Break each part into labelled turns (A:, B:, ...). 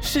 A: 世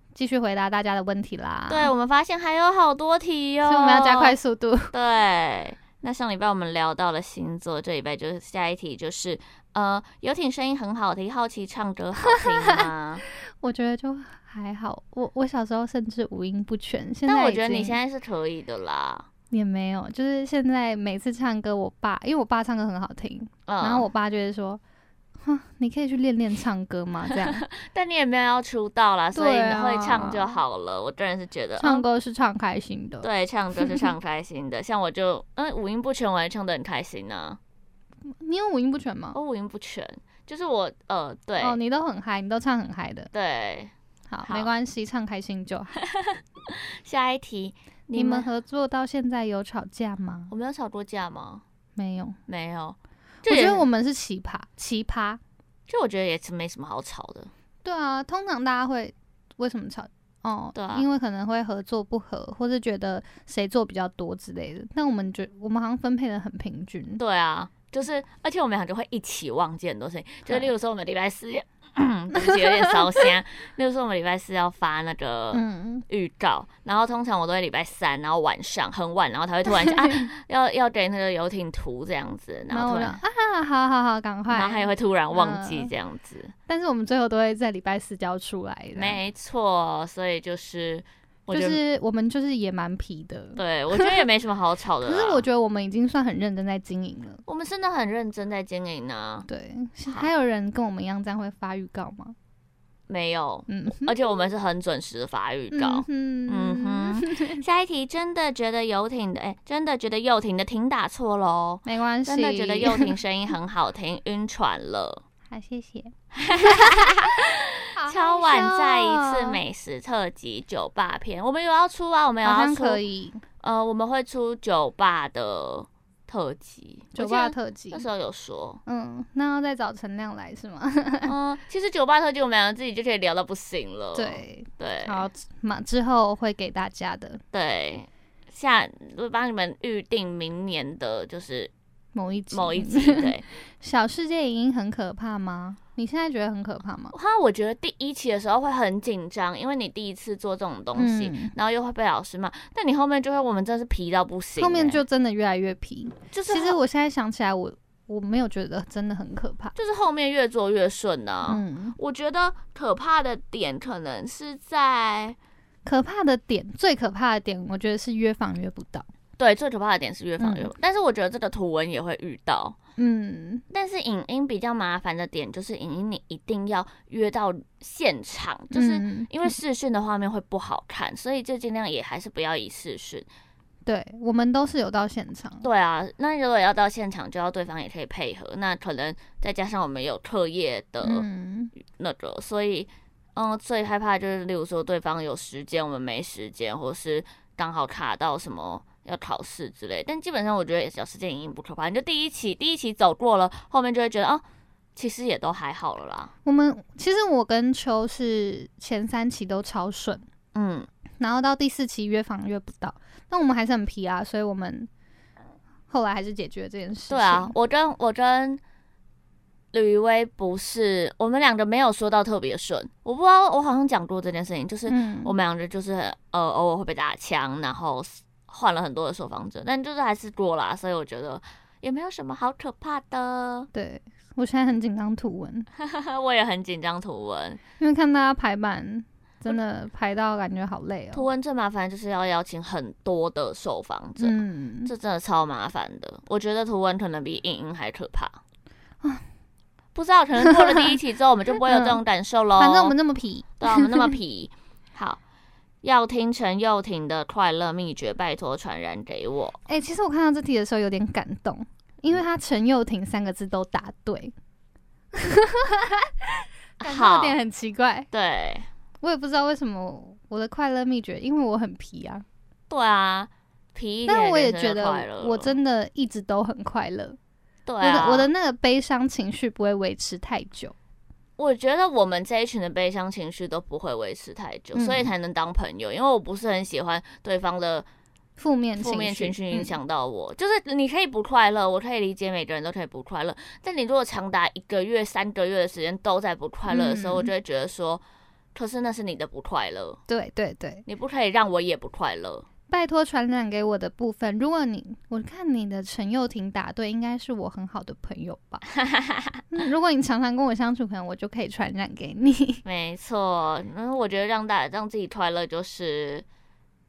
B: 继续回答大家的问题啦。
C: 对，我们发现还有好多题哦，
B: 所以啊我们要加快。速度。
C: 对，那上礼拜我们聊到了星座，这礼拜就是下一题就是，呃，游艇声音很好听，好奇唱歌好听 吗？
B: 我觉得就还好，我我小时候甚至五音不全，现在
C: 但我
B: 已
C: 觉得你
B: 经
C: 现在是可以的啦。
B: 也没有，就是现在每次唱歌，我爸因为我爸唱歌很好听，
C: 嗯，
B: 然后我，爸就会说。哼，你可以去练练唱歌嘛，这 样
C: 但你也没有要出道啦，所以
B: 对
C: 你
B: 啊
C: 会唱就好了。我个人是觉得，
B: 唱
C: 嗯
B: 歌是唱开心的。
C: 对，唱歌是 唱开心的。像我就，嗯，五音不全，我也唱得很开心呢、
B: 你有五音不全吗？
C: 我五音不全，就是我，呃，对，
B: 哦，你都很嗨，你都唱很嗨的。
C: 对。
B: 好，
C: 好
B: 没关系，唱开心就 好。
C: 下一题，
B: 你们合作到现在有吵架吗？
C: 我们有吵过架吗？
B: 没有，
C: 没有。这
B: 我觉
C: 也
B: 得
C: 是
B: 我们是奇葩，奇葩。
C: 就我觉得也是没什么好吵的。
B: 对啊，通常大家会为什么吵？哦，
C: 对啊
B: 因为可能会合作不和，或是觉得谁做比较多之类的。但我们觉我们好像分配的很平均。
C: 对啊，就是而且我们俩就会一起忘记很多事情，就是
B: 对
C: 例如说我们礼拜四， 对 不起有点烧香， 例如说我们礼拜四要发那个。
B: 嗯，
C: 预告，然后通常我都会礼拜三，然后晚上很晚，然后他会突 然想啊，要要给那个游艇图这样子， 然
B: 然
C: 后突
B: 后我就
C: 然，
B: 啊，好好好，赶快。
C: 然后他也会突然忘记
B: 嗯
C: 这样子，
B: 但是我们最后都会在礼拜四交出来的。
C: 没错，所以就是我
B: 就
C: 觉得，
B: 是我们就是也蛮皮的。
C: 对我觉得也没什么好吵的
B: 可
C: 啦。
B: 是我觉得我们已经算很认真在经营了。
C: 我们真的很认真在经营啊呢，
B: 对，是
C: 好
B: 还有人跟我们一样这样会发预告吗？
C: 没有，
B: 嗯哼
C: 而且我们是很准时的发预告。
B: 嗯哼
C: 嗯哼，下一题真的觉得游艇的，哎、真的觉得游艇的艇打错喽，
B: 没关系，
C: 真的觉得游艇声音很好听，晕船了。
B: 好，谢谢。啊
C: 敲碗再一次
B: 没？
C: 美食特辑酒吧篇，我们有要出啊，我们有
B: 好
C: 要
B: 像
C: 出，
B: 可以，
C: 呃，我们会出酒吧的特辑，
B: 酒吧
C: 我记得
B: 特辑
C: 那。时候有说，
B: 嗯，那要再找陈亮来是吗？
C: 嗯，其实酒吧特辑我们两个自己就可以聊到不行了，
B: 对，
C: 哦对
B: 好，嘛之后会给大家的
C: 对，下我帮你们预定明年的就是
B: 某一集。
C: 某一集，
B: 嗯
C: 对。
B: 小世界影音很可怕吗？你现在觉得很可怕吗？
C: 哈，我觉得第一期的时候会很紧张，因为你第一次做这种东西，
B: 嗯
C: 然后又会被老师骂。但你后面就会，我们真的是皮到不行欸、
B: 后面就真的越来越皮。
C: 就是
B: 其实
C: 后
B: 我现在想起来我，我没有觉得真的很可怕。
C: 就是后面越做越顺呢、
B: 嗯，
C: 我觉得可怕的点可能是在
B: 可怕的点，最可怕的点，我觉得是约访约不到。
C: 对最可怕的点是越放越，
B: 嗯
C: 但是我觉得这个图文也会遇到。
B: 嗯，
C: 但是影音比较麻烦的点就是影音你一定要约到现场，就是
B: 嗯
C: 因为视讯的画面会不好看，所以就尽量也还是不要以视讯。
B: 对我们都是有到现场。
C: 对啊，那如果要到现场，就要对方也可以配合。那可能再加上我们有课业的
B: 嗯，
C: 那个，所以嗯，最害怕就是，例如说对方有时间，我们没时间，或是刚好卡到什么要考试之类。但基本上我觉得小事件已经不可怕，你就第一期第一期走过了，后面就会觉得哦，其实也都还好了啦。
B: 我们其实我跟秋是前三期都超顺，
C: 嗯，
B: 然后到第四期约访约不到，但我们还是很皮啊，所以我们后来还是解决了这件事情。
C: 对啊，，我跟我跟吕薇不是，我们两个没有说到特别顺。我不知道，我好像讲过这件事情，就是。
B: 嗯，
C: 我们两个就是呃偶尔会被打枪，然后换了很多的受访者，但就是还是过啦，所以我觉得也没有什么好可怕的。
B: 对我现在很紧张图文，
C: 我也很紧张图文，
B: 因为看大家排版真的排到感觉好累
C: 图
B: 哦。
C: 文最麻烦就是要邀请很多的受访者，
B: 嗯，
C: 这真的超麻烦的。我觉得图文可能比影音还可怕。
B: 啊
C: 不知道，可能过了第一期之后，我们就不会有这种感受喽。
B: 嗯反正我们那么皮，
C: 对啊，我 们那么皮。好，要听陈又廷的快乐秘诀，拜托传染给我。
B: 哎、其实我看到这题的时候有点感动，因为他陈又廷三个字都答对，感觉有
C: 好，
B: 点很奇怪。
C: 对
B: 我也不知道为什么我的快乐秘诀，因为我很皮啊，
C: 对啊，皮一点，
B: 但我也
C: 人生
B: 觉
C: 就快乐
B: 得
C: 了
B: 我真的一直都很快乐。
C: 对
B: 我
C: 啊，
B: 的我的那个悲伤情绪不会维持太久。
C: 我觉得我们这一群的悲伤情绪都不会维持太久，
B: 嗯
C: 所以才能当朋友。因为我不是很喜欢对方的
B: 负面情绪
C: 负面情绪影
B: 嗯
C: 响到我，就是你可以不快乐，我可以理解每个人都可以不快乐，但你如果长达一个月、三个月的时间都在不快乐的时候，
B: 嗯
C: 我就会觉得说，可是那是你的不快乐，
B: 对对对，
C: 你不可以让我也不快乐。
B: 拜托传染给我的部分，如果你我看你的陈又廷答对，应该是我很好的朋友吧。 嗯如果你常常跟我相处，可能我就可以传染给你。
C: 没错，嗯，我觉得让大让自己快乐就是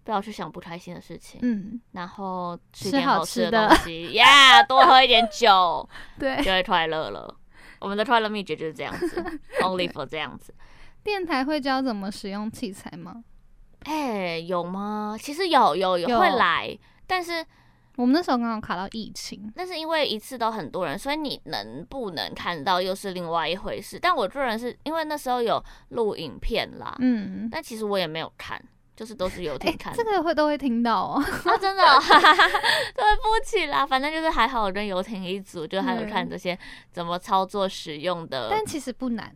C: 不要去想不开心的事情，
B: 嗯，
C: 然后吃
B: 吃
C: 一点
B: 好
C: 好
B: 吃
C: 吃
B: 的
C: 的东西，呀，多喝一 点酒。
B: 对，
C: 就会快乐了。我们的快乐秘诀就是这样 子，only for 这样子。
B: 电台会教怎么使用器材吗？
C: 哎、有吗？其实有有有
B: 有
C: 会来，但是
B: 我们那时候刚好卡到疫情，
C: 那是因为一次都很多人，所以你能不能看到又是另外一回事。但我个人是因为那时候有录影片啦，
B: 嗯，哎
C: 但其实我也没有看，就是都是有听看的。
B: 这个会都会听到哦。
C: 啊，真的哦、哈哈哈，对不起啦，反正就是还好我跟游艇一组，就还有看
B: 嗯
C: 这些怎么操作使用的。
B: 但其实不难，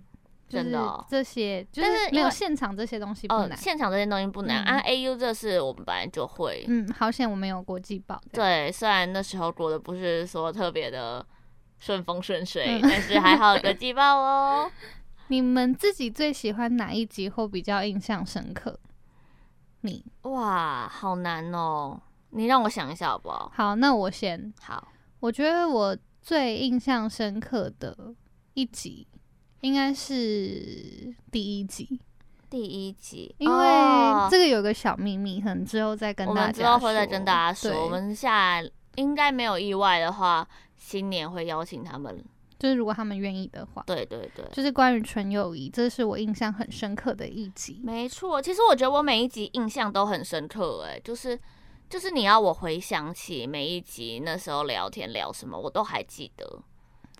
B: 就
C: 真
B: 是
C: 的哦
B: 这些，就
C: 但是
B: 是
C: 因
B: 没有
C: 为
B: 现场这些东西不
C: 哦，
B: 难。
C: 现场这些东西不难、
B: 嗯
C: 啊，AU 这是我们本来就会，
B: 嗯，好险我们有国际报。这样，
C: 对，虽然那时候过得不是说特别的顺风顺水，
B: 嗯
C: 但是还好有个季报 哦。
B: 你们自己最喜欢哪一集或比较印象深刻？你
C: 哇，好难哦！你让我想一下好不好？
B: 好，那我先。
C: 好，
B: 我觉得我最印象深刻的一集应该是第一集，
C: 第一集，
B: 因
C: 哦
B: 为这个有个小秘密，可能之后再跟
C: 我
B: 大家
C: 们之后会再跟大家说，
B: 对
C: 我们下应该没有意外的话，新年会邀请他们。
B: 就是如果他们愿意的话，
C: 对对对，
B: 就是关于纯友谊，这是我印象很深刻的一集。
C: 没错，其实我觉得我每一集印象都很深刻、哎，就是就是你要我回想起每一集那时候聊天聊什么，我都还记得，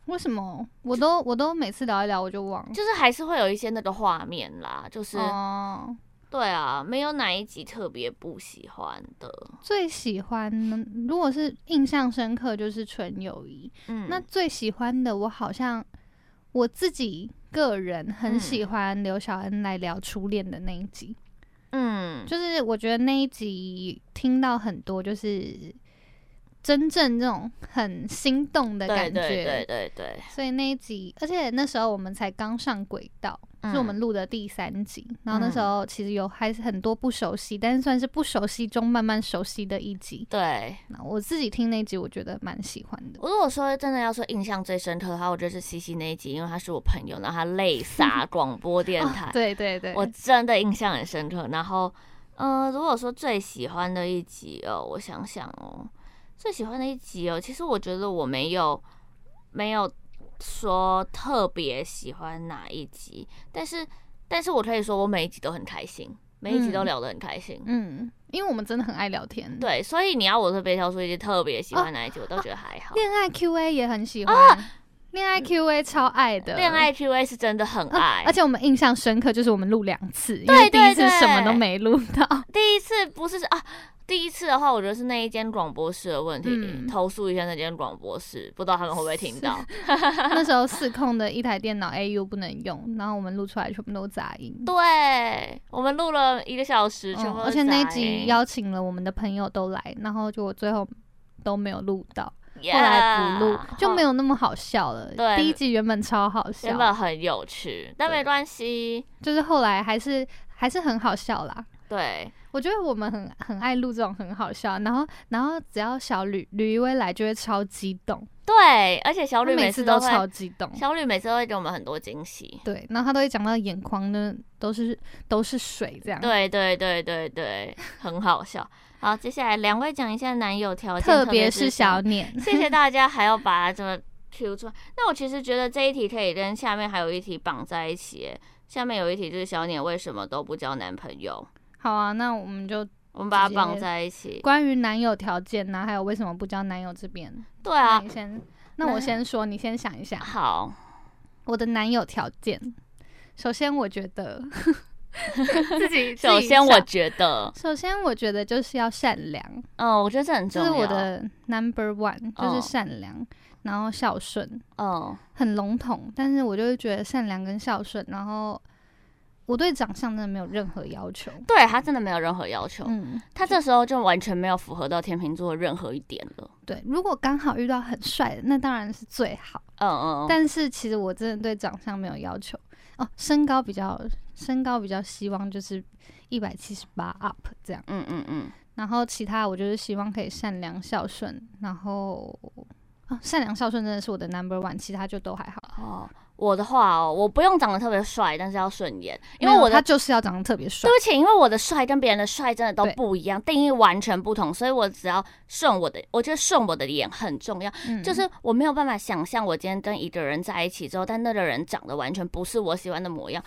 B: 为什么我都我都每次聊一聊我就忘 了？
C: 就是还是会有一些那个画面啦，就是、
B: 嗯哦，
C: 对啊，没有哪一集特别不喜欢的，
B: 最喜欢呢，如果是印象深刻就是纯友谊，
C: 嗯，
B: 那最喜欢的，我好像我自己个人很
C: 嗯
B: 喜欢刘晓恩来聊初恋的那一集，
C: 嗯
B: 就是我觉得那一集听到很多就是真正这种很心动的
C: 对
B: 感觉，
C: 对对对对，
B: 所以那一集，而且那时候我们才刚上轨道，是我们录的第三集，然后那时
C: 嗯
B: 候其实有还是很多不熟悉，但是算是不熟悉中慢慢熟悉的一集。
C: 对。
B: 那我自己听那集，我觉得蛮喜欢的。
C: 我如果说真的要说印象最深刻的话，我觉得是西西那一集，因为他是我朋友，然后他泪洒广播 电台
B: 啊，对对对，
C: 我真的印象很深刻。然后，呃，如果说最喜欢的一集哦，我想想哦，最喜欢的一集哦，其实我觉得我没有没有说特别喜欢哪一集，但是但是我可以说我每一集都很开心，每一集都
B: 嗯
C: 聊得很开心。
B: 嗯，因为我们真的很爱聊天，，
C: 对，所以你要我特别挑出一些特别喜
B: 哦
C: 欢哪一集，我倒觉得还好。
B: 恋爱 Q A 也很喜欢，恋爱 Q A 超爱的，
C: 啊嗯
B: 啊
C: 恋爱 Q A 是真的很爱，
B: 而且我们印象深刻就是我们录两次，因为第一次
C: 对对
B: 什么都没录到，
C: 第一次不是啊，第一次的话，我觉得是那一间广播室的问题，
B: 嗯
C: 投诉一下那间广播室，不知道他们会不会听到。
B: 那时候四控的一台电脑 A U 不能用，然后我们录出来全部都杂音。
C: 对我们录了一个小时，全部
B: 嗯
C: 都
B: 而
C: 是
B: 且那一
C: 杂
B: 集
C: 音
B: 邀请了我们的朋友都来，然后就我最后都没有录到，
C: Yeah，
B: 后来补录就没
C: 有，
B: 有那么好笑了。
C: 对
B: 第一集原本超好
C: 原本
B: 笑，
C: 很有趣，但没关系，
B: 就是后来还是还是很好笑啦。
C: 对，
B: 我觉得我们很很爱录这种很好笑，然后然后只要小吕吕一威来就会超激动，
C: 对，而且小吕
B: 他每
C: 次
B: 都
C: 会，
B: 超激动，
C: 小吕每次都会给我们很多惊喜。
B: 对，然后他都会讲到眼眶呢都是都是水这样，
C: 对对对对对，很好笑。好，接下来两位讲一下男友条件，
B: 特
C: 特
B: 别
C: 是
B: 是
C: 小
B: 小 念，
C: 谢谢大家，还要把它这么 Q 出来。那我其实觉得这一题可以跟下面还有一题绑在一起耶。下面有一题就是小鸟为什么都不交男朋友，
B: 好啊，那我们就
C: 我们把它
B: 直接
C: 绑在一起。
B: 关于男友条件呢、还有为什么不交男友这边，
C: 对
B: 那
C: 啊，
B: 你先，那我
C: 那
B: 先说，你先想一下
C: 好，
B: 我的男友条件。首先，我觉得 自己自己
C: 首先我
B: 想
C: 觉得，
B: 首先我觉得就是要善良，
C: 嗯，我觉得这很
B: 这
C: 重
B: 是
C: 要。
B: 我，的 number one，就是
C: 嗯
B: 善良，然后孝顺，
C: 嗯
B: 很笼统，但是我就会觉得善良跟孝顺，然后我对长相真的没有任何要求。
C: 对他真的没有任何要求，
B: 嗯，
C: 他这时候就完全没有符合到天秤座的任何一点了。
B: 对，如果刚好遇到很帅的，那当然是最好。
C: 嗯嗯，嗯
B: 但是其实我真的对长相没有要求哦，身高比较身高比较希望就是一百七十八 up 这样，
C: 嗯嗯嗯，
B: 然后其他我就是希望可以善良孝顺，然后哦善良孝顺真的是我的 number one，其他就都还好。
C: 哦，我的话哦，我不用长得特别帅，但是要顺眼，因
B: 没
C: 为
B: 有
C: 我的
B: 他就是要长得特别帅
C: 对，不起，因为我的帅跟别人的帅真的都
B: 对
C: 不一样，定义完全不同，所以我只要顺我的，我觉得顺我的脸很重要。
B: 嗯
C: 就是我没有办法想象，我今天跟一个人在一起之后，但那个人长得完全不是我喜欢的模样，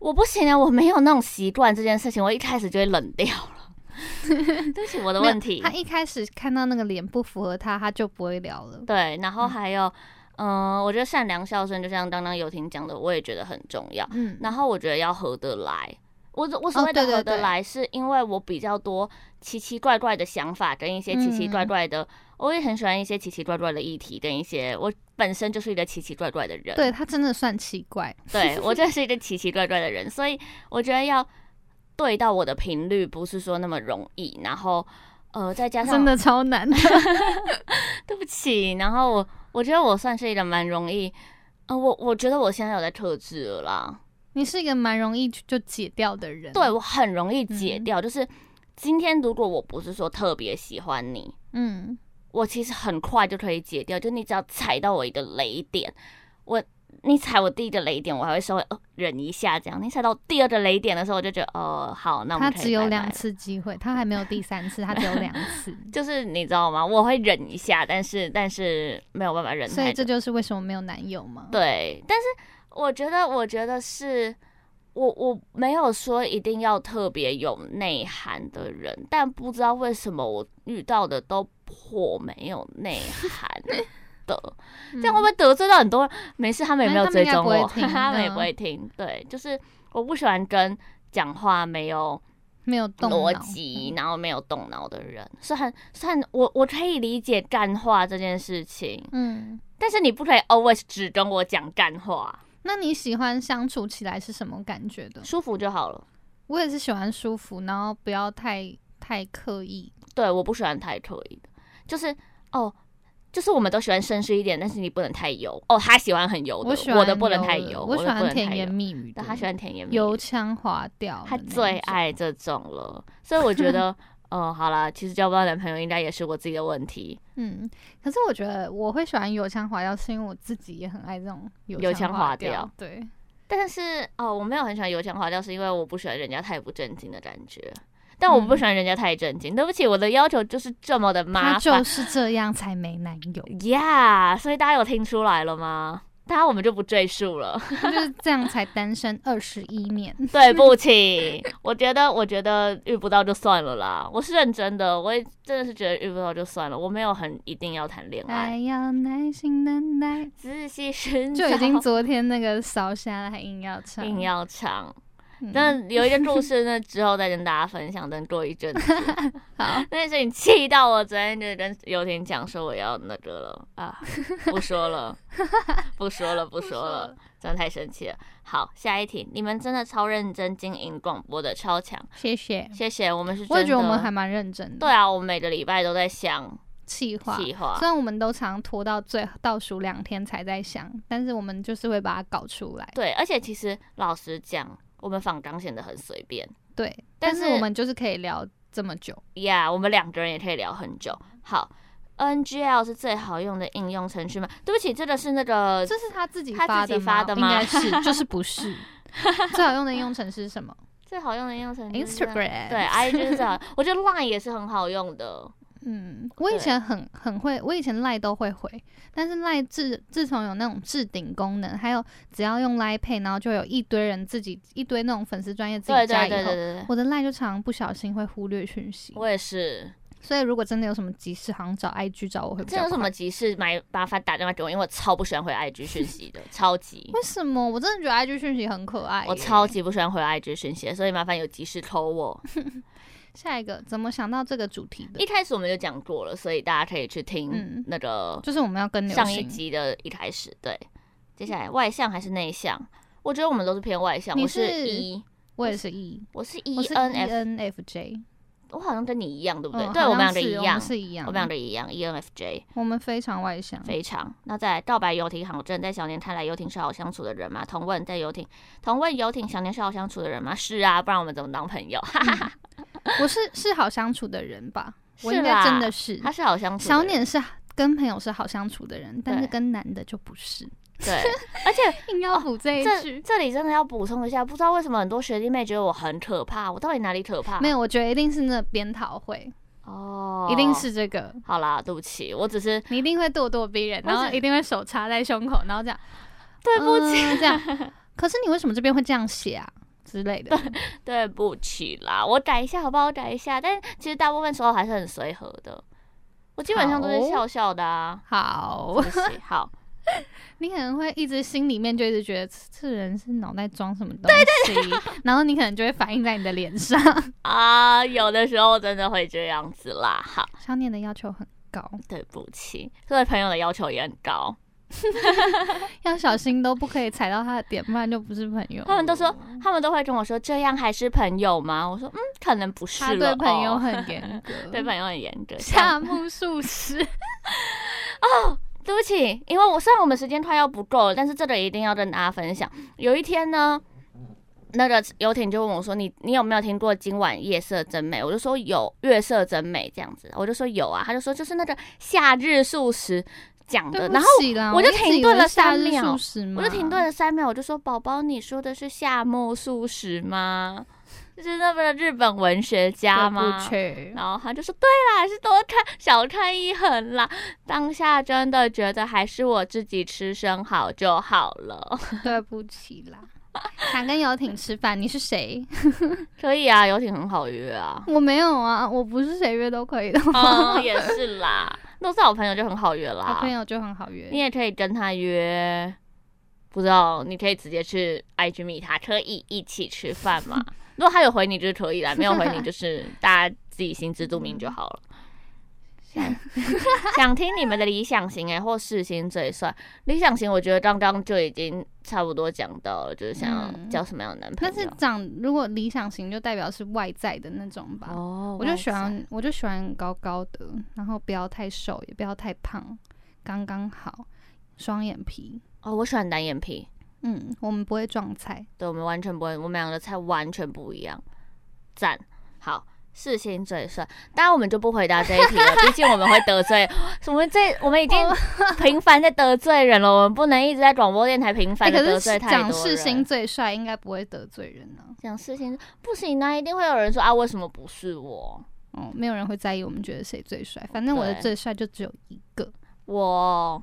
C: 我不行啊，我没有那种习惯这件事情，我一开始就会冷掉了。 对不起，我的
B: 没有
C: 问题
B: 他。一开始看到那个脸不符合他，他就不会聊了。
C: 对，然后还有，嗯、我觉得善良孝顺，就像刚刚友婷讲的，我也觉得很重要。
B: 嗯，
C: 然后我觉得要合得来。我我所
B: 哦
C: 谓的
B: 对对
C: 合得
B: 对
C: 来，是因为我比较多奇奇怪怪的想法，跟一些奇奇怪
B: 嗯
C: 怪的，我也很喜欢一些奇奇怪怪的议题，跟一些我本身就是一个奇奇怪怪的人，
B: 对他真的算奇怪，
C: 对 我就是一个奇奇怪怪的人，所以我觉得要对到我的频率，不是说那么容易。然后，呃，再加上
B: 真的超难 的。
C: 对不起，然后我我觉得我算是一个蛮容易，呃，我我觉得我现在有在克制了啦，
B: 你是一个蛮容易就就解掉的人。
C: 对，我很容易解
B: 嗯
C: 掉。就是今天如果我不是说特别喜欢你，
B: 嗯，
C: 我其实很快就可以解掉。就你只要踩到我一个雷点，我你踩我第一个雷点，我还会稍微呃忍一下这样。你踩到第二个雷点的时候，我就觉得哦、好，那我
B: 他
C: 们可以
B: 只有
C: 拜拜
B: 两
C: 了。
B: 次机会，他还没有第三次，他 只有两次，
C: 就是你知道吗？我会忍一下，但是但是没有办法忍
B: 所
C: 太
B: 以
C: 久
B: 这。就是为什么没有男友嘛。，
C: 对，但是我觉得，我觉得是我我没有说一定要特别有内涵的人，但不知道为什么我遇到的都颇没有内涵的，这样会不
B: 会？
C: 会得罪到很多人？没事，他们也
B: 嗯没
C: 没有
B: 他们
C: 追
B: 应该
C: 踪
B: 不会
C: 我，
B: 听
C: 他们也
B: 的
C: 不会听。对，就是我不喜欢跟讲话没有
B: 没有动
C: 逻
B: 脑
C: 辑，
B: 嗯
C: 然后没有动脑的人。虽然虽然我我可以理解干话这件事情，
B: 嗯，
C: 但是你不可以 always 只跟我讲干话。
B: 那你喜欢相处起来是什么感觉的？
C: 舒服就好了。
B: 我也是喜欢舒服，然后不要太太刻意。
C: 对，我不喜欢太刻意的，就是哦，就是我们都喜欢绅士一点，但是你不能太油哦。他喜欢很油的，
B: 我
C: 我
B: 喜欢
C: 的不能太
B: 柔的
C: 油，
B: 我
C: 的
B: 喜
C: 不能
B: 欢
C: 太
B: 甜言
C: 油
B: 蜜语的，
C: 但他喜欢甜言蜜
B: 油
C: 语，
B: 腔滑调的
C: 他
B: 那一种，
C: 最爱这种了。所以我觉得， 嗯，好啦，其实交不到男朋友应该也是我自己的问题，
B: 嗯，可是我觉得我会喜欢油腔滑调，是因为我自己也很爱这种
C: 油
B: 油
C: 腔滑
B: 滑
C: 调。
B: 对，
C: 但是哦，我没有很喜欢油腔滑调，是因为我不喜欢人家太不正经的感觉。但我
B: 嗯
C: 不喜欢人家太正经，对不起，我的要求就是这么的麻
B: 他
C: 烦。
B: 就是这样才没男 友，
C: Yeah，所以大家有听出来了吗？大家我们就不赘述了。
B: 他就是这样才单身二十一年。
C: 对不起，我觉得我觉得遇不到就算了啦。我是认真的，我也真的是觉得遇不到就算了。我没有很一定要谈恋爱
B: 还，要哎耐心 等待，
C: 仔细寻找
B: 就已经昨天那个烧瞎了，还硬要唱，
C: 硬要唱。
B: 嗯
C: 那有一个故 事呢，之后再跟大家分享。等过一阵子，
B: 好，
C: 那件事情气到我昨天就跟游婷讲说我要那个了啊， 不说 了，不说了，不说了。真的太生气了。好，下一题，你们真的超认真经营广播的，超强，
B: 谢谢。
C: 谢谢。我们是真的，
B: 我也觉得我们还蛮认真
C: 对
B: 的，
C: 啊，我们每个礼拜都在想
B: 企划。
C: 计划
B: 虽，然我们都常拖到最倒数两天才在想，但是我们就是会把它搞出来。
C: 对，而且其实老实讲，我们访纲显得很随便，
B: 对，
C: 但
B: 但是
C: 是
B: 我们就是可以聊这么久。
C: 呀我们两个人也可以聊很久。好，NGL 是最好用的应用程序吗？对不起，这个是那个
B: 这是他自己
C: 他
B: 发
C: 自
B: 的
C: 己发的
B: 应
C: 吗
B: 该是，就是 不是。最好用的应用程式是什么
C: 最好用的应用程序是那个。
B: ？Instagram。
C: 对，IG 是最好，我觉得 Line 也是很好用的。
B: 嗯，我以
C: 对
B: 前很很会，我以前赖都会回，但是赖自自从有那种置顶功能，还有只要用赖配，然后就有一堆人自己一堆那种粉丝专业自己
C: 对
B: 加
C: 对
B: 以
C: 对对
B: 后，
C: 对对，
B: 我的赖就常常不小心会忽略讯息。
C: 我也是。
B: 所以如果真的有什么急事，好像找 IG 找我会比
C: 这
B: 较
C: 有什
B: 快
C: 么急事？麻麻烦打电话给我，因为我超不喜欢回 IG 讯息的，超级。
B: 为什么？我真的觉得 IG 讯息很可爱耶。
C: 我超级不喜欢回 IG 讯息的，所以麻烦有急事扣我。
B: 下一个怎么想到这个主题的
C: 一？开始我们就讲过了，所以大家可以去听
B: 嗯
C: 那个
B: 就是我们要跟流
C: 上一
B: 行。
C: 集的一开始。对，接下来外向还是内向？我觉得我们都是偏外向。
B: 你
C: 我是
B: 是
C: E，
B: 我也是 E，
C: 我是
B: 我是
C: ENF，
B: ENFJ，
C: 我好像跟你一样，对不对？
B: 嗯，
C: 对
B: 好
C: 我们
B: 像
C: 两个
B: 是
C: 一
B: 我们
C: 样，
B: 是 E 一样，
C: 我们两个一样，ENFJ。，E
B: 我们非常外向，
C: 非常。那在告白游艇好证，在小年看来，游艇是好相处的人吗？同问在游艇，同问游艇，小年是好相处的人吗？是啊，不然我们怎么当朋友？ 哈哈哈，
B: 我是是好相处的人吧，嗯我
C: 是
B: 应该真
C: 啦
B: 的是。
C: 他是好相处的
B: 小
C: 人。
B: 脸是跟朋友是好相处的人，但是
C: 对
B: 跟男的就不是。
C: 对， 而且
B: 硬要补这一
C: 哦这
B: 句，
C: 这里真的要补充一下，不知道为什么很多学弟妹觉得我很可怕，我到底哪里可怕？
B: 没有，我觉得一定是那编讨会，
C: 啊哦，
B: 一定。是这个，
C: 好啦，对不起，我只是
B: 你一定会咄咄逼人，
C: 我
B: 然后
C: 只
B: 一定会手插在胸口，然后这样，
C: 对不起，
B: 起，这样。可是你为什么这边会这样写啊之类的？
C: 嗯对不起啦，我改一下好不好？我改一下，但其实大部分时候还是很随和的，我基本上都是
B: 好
C: 笑笑的啊。
B: 好
C: 对，不 起，好，
B: 你可能会一直心里面就一直觉得这这人是脑袋装什么东西，然后你可能就会反映在你的脸上。
C: 啊，有的时候真的会这样子啦。好，
B: 小脸的要求很高，
C: 对不起，这位朋友的要求也很高，
B: 要小心都不可以踩到他的点，不然就不是朋友。
C: 他们都
B: 哦
C: 说，他们都会跟我说，这样还是朋友吗？我说，嗯，可能不是
B: 他
C: 了
B: 对朋友
C: 哦
B: 很严格，
C: 对朋友很严 格。
B: 夏目漱石。
C: 对不起，因为我虽然我们时间快要不够了，但是这个一定要跟大家分享。有一天呢，那个游艇就问我说：“你你有没有听过今晚夜色真美？”我就说有，月色真美这样子，我就说有啊，他就说就是那个夏日素食讲的，
B: 对
C: 然
B: 不
C: 后。
B: 起啦，
C: 我就
B: 一直
C: 停
B: 以
C: 顿
B: 为
C: 了
B: 夏
C: 三
B: 日
C: 秒
B: 漱石
C: 我就
B: 嘛
C: 停顿。了三秒，我就说：“宝宝，你说的是夏目漱石吗？就是那个日本文学家
B: 对
C: 吗
B: 不？”去，
C: 然后他就说：“对啦，还是多看少看一横啦。”当下真的觉得还是我自己吃生蚝就好了。
B: 对不起啦。想跟游艇吃饭，你是谁？。
C: 可以啊，游艇很好约啊
B: 我没有啊，我不是谁约都可以的。
C: 嗯，也是啦， 都是好朋友就很好约
B: 好
C: 啦
B: 朋。友就很好约
C: 你，也可以跟他约，不知道你可以直接去 IG 密他，可以一起吃饭嘛？如果他有回你就是可以啦，没有回你就是大家自己心知肚明就好了。
B: 啊
C: 想想听你们的理想型哎、或世星最帅。理想型我觉得刚刚就已经差不多讲到了，就是想要
B: 嗯
C: 交什么样的男朋
B: 但
C: 友。
B: 是长如果理想型就代表是外在的那种吧。
C: 哦
B: 我就喜欢，我就喜欢高高的，然后不要太瘦，也不要太胖，刚刚好，双眼皮。
C: 哦，我喜欢单眼皮，
B: 嗯，我们不会撞菜。
C: 对我们完全不会，我们两个的菜完全不一样。赞，好，世新最帅。当然我们就不回答这一 题了，毕竟我们会得罪，我们这我们已经
B: 哦
C: 频繁在得罪人了，我们不能一直在广播电台频繁
B: 哎
C: 的
B: 可
C: 得
B: 是
C: 罪太
B: 讲
C: 多
B: 世新
C: 人。
B: 最帅，应该不会得罪人啊呢、
C: 讲世新不行啊，一定会有人说啊，为什么不是我？
B: 哦，没有人会在意我们觉得谁最帅，反正我的
C: 对
B: 最帅就只有一个，
C: 我，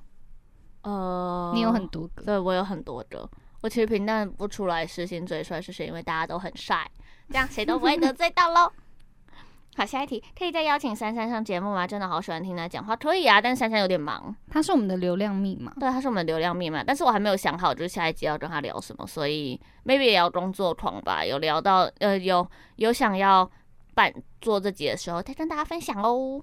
C: 呃，
B: 你有很多个。
C: 对我有很多个。我其实评断不出来世新最帅是谁，因为大家都很帅，这样谁都不会得罪到喽。 好，下一题，可以再邀请珊珊上节目吗？真的好喜欢听她讲话，可以啊，但是珊珊有点忙，
B: 他是我们的流量密码，
C: 对，她是我们的流量密码，但是我还没有想好，就是下一集要跟她聊什么，所以 maybe 也要工作狂吧，有聊到呃有有想要办做这集的时候再跟大家分享哦，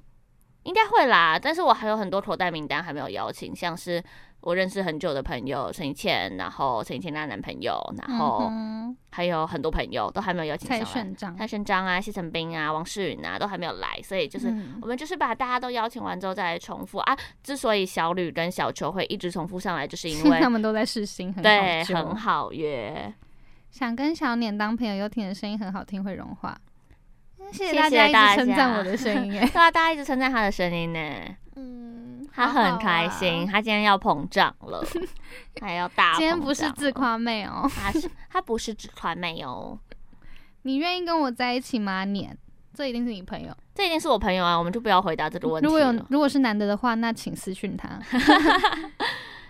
C: 应该会啦，但是我还有很多口袋名单还没有邀请，像是我认识很久的朋友陈以倩，然后陈以倩她男朋友，然后
B: 嗯哼
C: 还有很多朋友都还没有邀请
B: 蔡
C: 上来，
B: 顺章，
C: 蔡轩章啊、谢成斌啊、王世云啊都还没有来，所以就是。
B: 嗯
C: 我们就是把大家都邀请完之后再来重复啊。之所以小吕跟 小球会一直重复上来，就是因为
B: 他们都在世新，很好
C: 对
B: 揪
C: 很好约。
B: 想跟小脸当朋友，优婷的声音很好听，会融化。嗯谢
C: 谢
B: 大
C: 谢
B: 一
C: 大
B: 直称赞
C: 家
B: 我的声音， 哎，
C: 对啊，大家一直称赞他的声音呢，
B: 嗯，
C: 他
B: 好好
C: 很开
B: 啊
C: 心，他今天要膨胀 了，还要大。
B: 今天不是自，夸妹哦，
C: 他是他不是自夸妹哦，
B: 你愿意跟我在一起吗？脸，这一定是你朋友。
C: 这一定是我朋友啊，我们就不要回答这个问题
B: 如果有
C: 了。
B: 如果是男的的话，那请私讯他。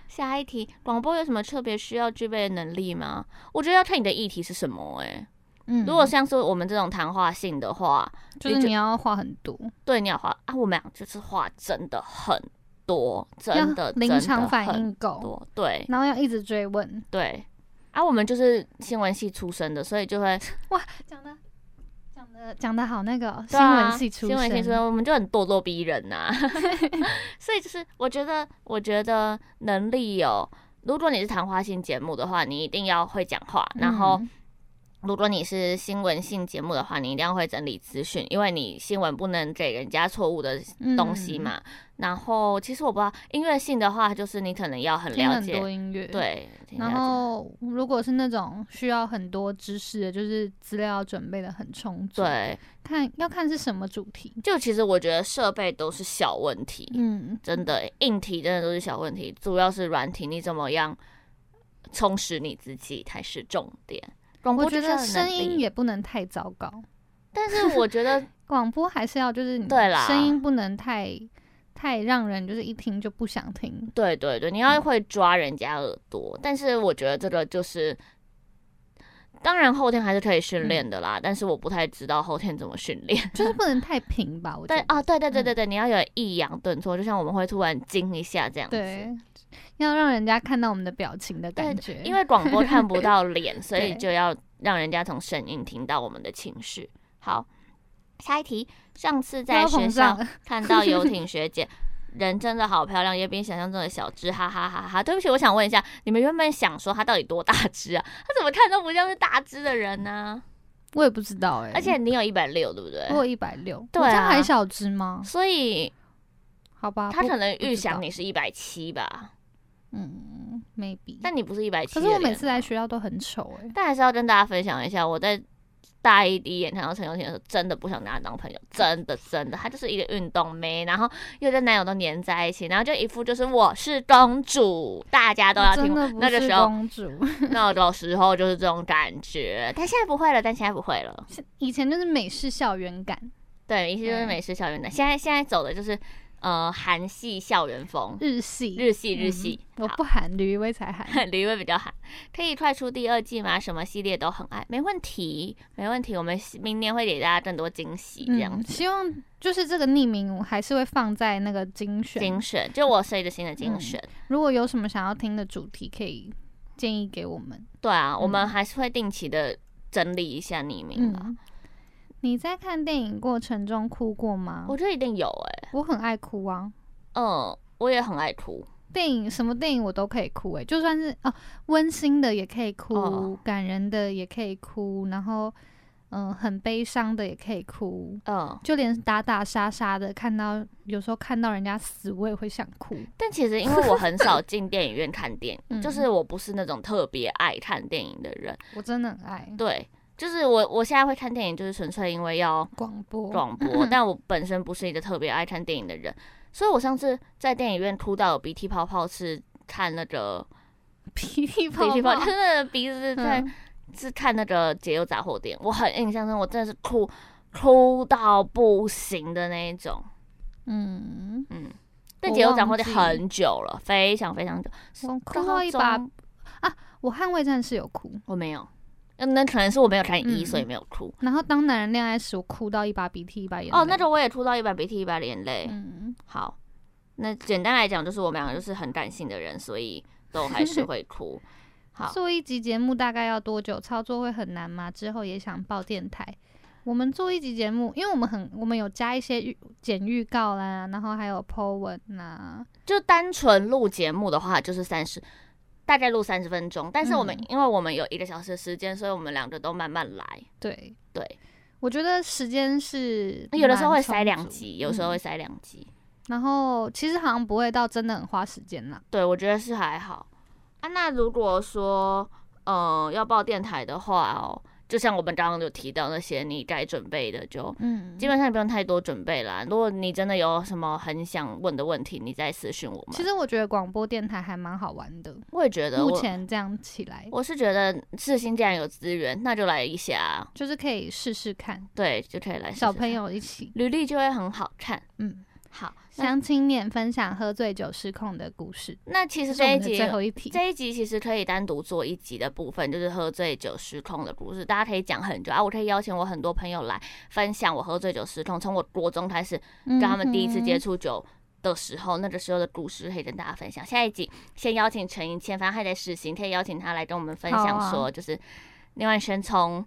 C: 下一题，广播有什么特别需要具备的能力吗？我觉得要看你的议题是什么、欸。
B: 嗯，
C: 如果像是我们这种谈话性的话，
B: 就是你要话很多，
C: 对你要话啊，我们俩就是话真的很多，
B: 要
C: 真的
B: 临场
C: 真的
B: 反
C: 很
B: 应够，
C: 多，对
B: 然后要一直追问。
C: 对。啊，我们就是新闻系出身的，所以就会
B: 讲的讲的讲的好那个哦、
C: 对
B: 新
C: 啊
B: 闻系出
C: 新闻系出身，
B: 身，
C: 我们就很咄咄逼人 呐、所以就是，我觉得，我觉得能力有，如果你是谈话性节目的话，你一定要会讲话，然后
B: 嗯
C: 如果你是新闻性节目的话，你一定要会整理资讯，因为你新闻不能给人家错误的
B: 嗯
C: 东西嘛。，然后其实我不知道音乐性的话，就是你可能要很
B: 嗯听
C: 了
B: 很
C: 解，
B: 多音乐，。
C: 对，听了
B: 然
C: 解
B: 后，如果是那种需要很多知识的，就是资料准备的很充足。，
C: 对，
B: 看要看是什么主题。
C: 就其实我觉得设备都是小问题，
B: 嗯，
C: 真的硬体真的都是小问题，主要是软体你怎么样充实你自己才是重点。广播
B: 我觉
C: 就是要
B: 得
C: 有能
B: 声音
C: 力，
B: 也不能太糟糕，
C: 但是我觉 得
B: 广播还是要就是你
C: 对啦
B: 声音不能太太让人就是一听就不 想听。
C: 对对对，你要会抓人家耳朵，但是我觉得这个就是，当然后天还是可以
B: 嗯
C: 训练的啦，但是我不太知道后天怎么训练。
B: 就是不嗯能太平吧，我觉
C: 对
B: 得。
C: 啊，对对对对对，你要有抑扬顿挫，就像我们会突然惊一下这样子。
B: 对，要让人家看到我们的表情的感觉。
C: 对，因为广播看不到脸，所以
B: 对
C: 就要让人家从声音听到我们的情绪。好，下一题，上次在
B: 要
C: 学
B: 膨
C: 校
B: 胀了，
C: 看到游艇学姐，人真的好漂亮，也比想象中的小只，哈哈哈哈！对不起，我想问一下，你们原本想说她到底多大只啊？她怎么看都不像是大只的人呢、
B: 我也不知道哎、
C: 而且你有一百六，对不对？
B: 我一百六，
C: 对
B: 我这样
C: 啊
B: 还小只吗？
C: 所以
B: 好吧，
C: 她
B: 啊不
C: 可能
B: 不
C: 预
B: 知道
C: 想你是一百七吧，
B: 嗯，maybe。
C: 但你不是一百七。啊
B: 可是我每次来，学校都很丑哎、
C: 但还是要跟大家分享一下，我在大一第一眼看到陈友婷的时候，真的不想跟她当朋友，真的真的，她就是一个运动妹，然后又跟男友都黏在一起，然后就一副就是我是公主，大家都要
B: 我
C: 听
B: 哦
C: 我
B: 真的。不
C: 啊那个
B: 是
C: 时候。
B: 公主，
C: 那种时候就是这种感觉，但现在不会了，但现在不会了。
B: 以前就是美式校园感，
C: 对，以前就是
B: 嗯
C: 美式校园的，现在现在走的就是呃韩系校园风，
B: 日系，
C: 日系
B: 嗯
C: 日系。
B: 我不喊吕薇 才喊。
C: 好， 李威比较韩，可以快出第二季吗？什么系列都很爱，没问题，没问题。我们明年会给大家更多惊喜，这样
B: 嗯，
C: 子。
B: 希望就是这个匿名，我还是会放在那个精选。嗯
C: 精选，就我设计的新的精选。
B: 如果有什么想要听的主题，可以建议给我们。
C: 对啊，我们
B: 嗯
C: 还是会定期的整理一下匿名啊啦。
B: 嗯，你在看电影过程中哭过吗？
C: 我
B: 我
C: 觉得一定有哎、
B: 很爱哭啊，
C: 嗯，我也很爱哭。
B: 电影什么电影我都可以哭诶、就算是哦温馨的也可以哭，
C: 哦
B: 感人的也可以哭，然后嗯、很悲伤的也可以哭。
C: 嗯，
B: 就连打打杀杀的，看到有时候看到人家死，我也会想哭。
C: 但其实因为我很少进电影院看电影，
B: 嗯
C: 就是我不是那种特别爱看电影的人。
B: 我真的很爱
C: 对，就是我我现在会看电影，就是纯粹因为要
B: 广播。
C: 广播，但我本身不是一个特别爱看电影的人，所以我上次在电影院哭到有鼻涕泡泡是看那个
B: 噼里
C: 鼻
B: 啪
C: 涕泡， 就
B: 啦
C: 是那个鼻子在、
B: 嗯
C: 是看那个解忧杂货店，我很印象深，我真的是哭哭到不行的那一种。
B: 嗯，
C: 嗯，但
B: 我
C: 解忧杂
B: 忘
C: 货店
B: 记
C: 很久了，非常非常久，
B: 我哭到一
C: 高
B: 把
C: 中
B: 我捍卫战士有哭，
C: 我没有，呃那可能是我没有看一、
B: 嗯
C: 所以没有哭。
B: 然后当男人恋爱时，我哭到一把鼻涕一把眼泪。
C: 哦，那个我也哭到一把鼻涕一把眼泪。
B: 嗯，
C: 好，那简单来讲，就是我们两个就是很感性的人，所以都还是 会哭。好，
B: 做一集节目大概要多久？操作会很难吗？之后也想报电台。我们做一集节目，因为我们很，我们有加一些预剪预告啦，然后还有 po 文啊呐、
C: 就单纯录节目的话，就是三十，大概录三十分钟。但是我们、
B: 嗯
C: 因为我们有一个小时的时间，所以我们两个都慢慢来。
B: 对
C: 对，
B: 我觉得时间是
C: 有的时候会
B: 蛮充
C: 塞两
B: 足
C: 集，有时候会
B: 嗯
C: 塞两集。
B: 然后其实好像不会到真的很花时间啦。
C: 对，我觉得是还好啊。那如果说呃，要报电台的话哦，就像我们刚刚有提到那些你该准备的就，
B: 嗯，
C: 基本上也不用太多准备啦。如果你真的有什么很想问的问题，你再私讯我们。
B: 其实我觉得广播电台还蛮好玩的，
C: 我也觉得
B: 目
C: 我，
B: 前这样起来，
C: 我是觉得世新既然有资源，那就来一下啊，
B: 就是可以试试看，
C: 对，就可以来试试
B: 小朋
C: 看
B: 友一起，
C: 履历就会很好看。
B: 嗯，
C: 好，那
B: 向青年分享喝醉酒失控的故事。
C: 那其
B: 这
C: 实
B: 是我
C: 这一
B: 们的
C: 集
B: 最后一题，
C: 这一集其实可以单独做一集的部分，就是喝醉酒失控的故事，大家可以讲很久啊。我可以邀请我很多朋友来分享我喝醉酒失控，从我国中开始
B: 跟
C: 跟他们第一次
B: 嗯
C: 接触酒的时候，那个时候的故事可以跟大家分享。下一集先邀请陈盈倩，反正她也在试行，可以邀请她来跟我们分
B: 好啊
C: 享说，就是另外轩从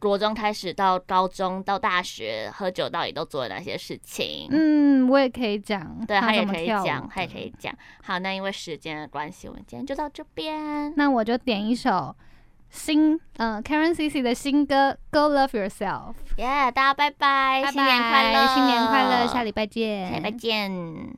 C: 国中开始到高中到大学喝酒到底都做了哪些事情。
B: 嗯，我也可以讲，
C: 对，她也
B: 怎么
C: 可以
B: 跳舞
C: 讲，她也
B: 的
C: 可以讲。好，那因为时间的关系，我们今天就到这边。
B: 那我就点一首新，嗯、k a r e n CC 的新歌《Go Love Yourself》，
C: 耶大家拜拜，
B: 拜拜，
C: 新年快乐，
B: 新年快乐，下礼拜见，
C: 下礼拜见。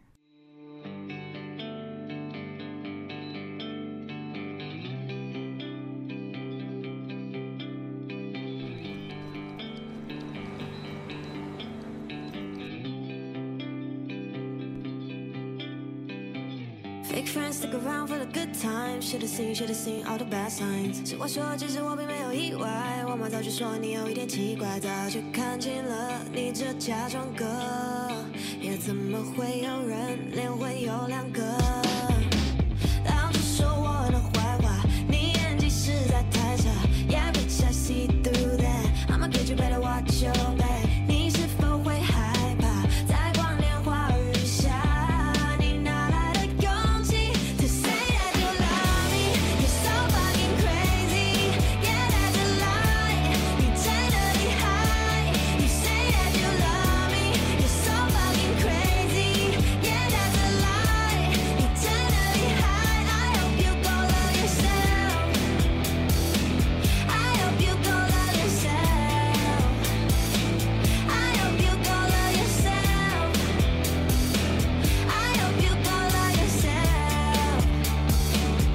D: Fake friends stick around for the good times. Should've seen, should've seen all the bad signs. 是我说，其实我并没有意外。我妈早就说你有一点奇怪，早就看清了你这假装哥，也怎么会有人脸会有两个？到处说我的坏话，你演技实在太差。Yeah, bitch, I see through that. I'ma get you better watch your back. 你是否会害怕在光天化日下？你哪来的勇气？To say that you love me, you're so fucking crazy. Yeah, that's a lie. 你真的厉害。You say that you love me, you're so fucking crazy. Yeah, that's a lie. 你真的厉害。I hope you go love yourself. I hope you go love yourself. I hope you go love yourself. I hope you go love yourself.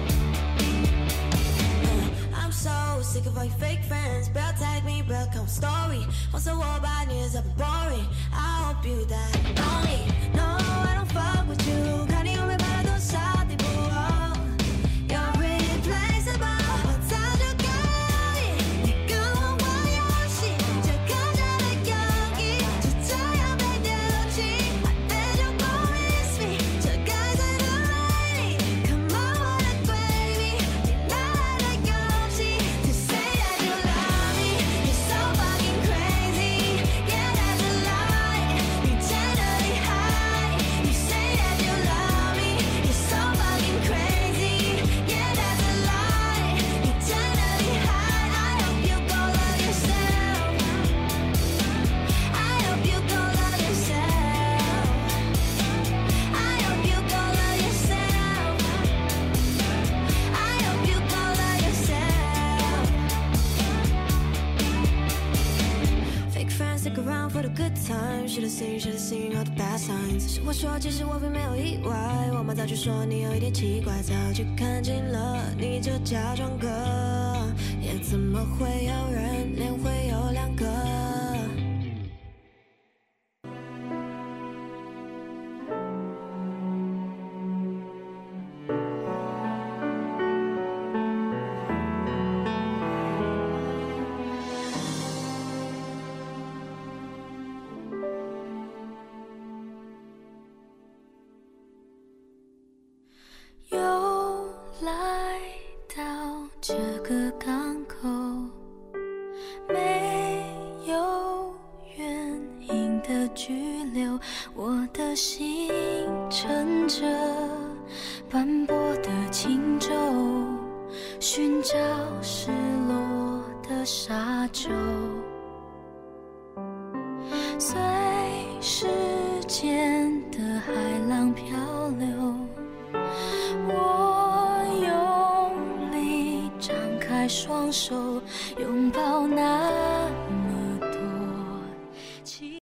D: I'm so sick of all your fake friends. Bell tag me, bell come story. Once a war by news up boring. I hope you die lonely. No, I don't fuck with you. Cutting on my body, don't stop the You're replaceable. What's all you got? You go on what you see. Just cause you're the youngie. Just tell your bad duty. I bet you're gonna miss me. Just cause I don't like it. Come on, wanna play me. To say that you love me, you're so fucking crazy. Yeah, that's a lie. You generally high. You say that you love me, you're so fucking crazy. Yeah, that's a lie. You generally high. I hope you go love yourself. I hope you go love yourself. I hope you go love yourself. I hope you go love yourself. Fake friends stick around for the good times. Should've seen, should've seen all the bad signs. 是我说，其实我并没有意外。我妈早就说你有一点奇怪，早就看清了你这假装哥，也怎么会有人脸会有两个？
E: 又来到这个港口，没有原因的拘留，我的心乘着斑驳的轻舟，寻找失落的沙洲。随时间的海浪漂流，我用力张开双手，拥抱那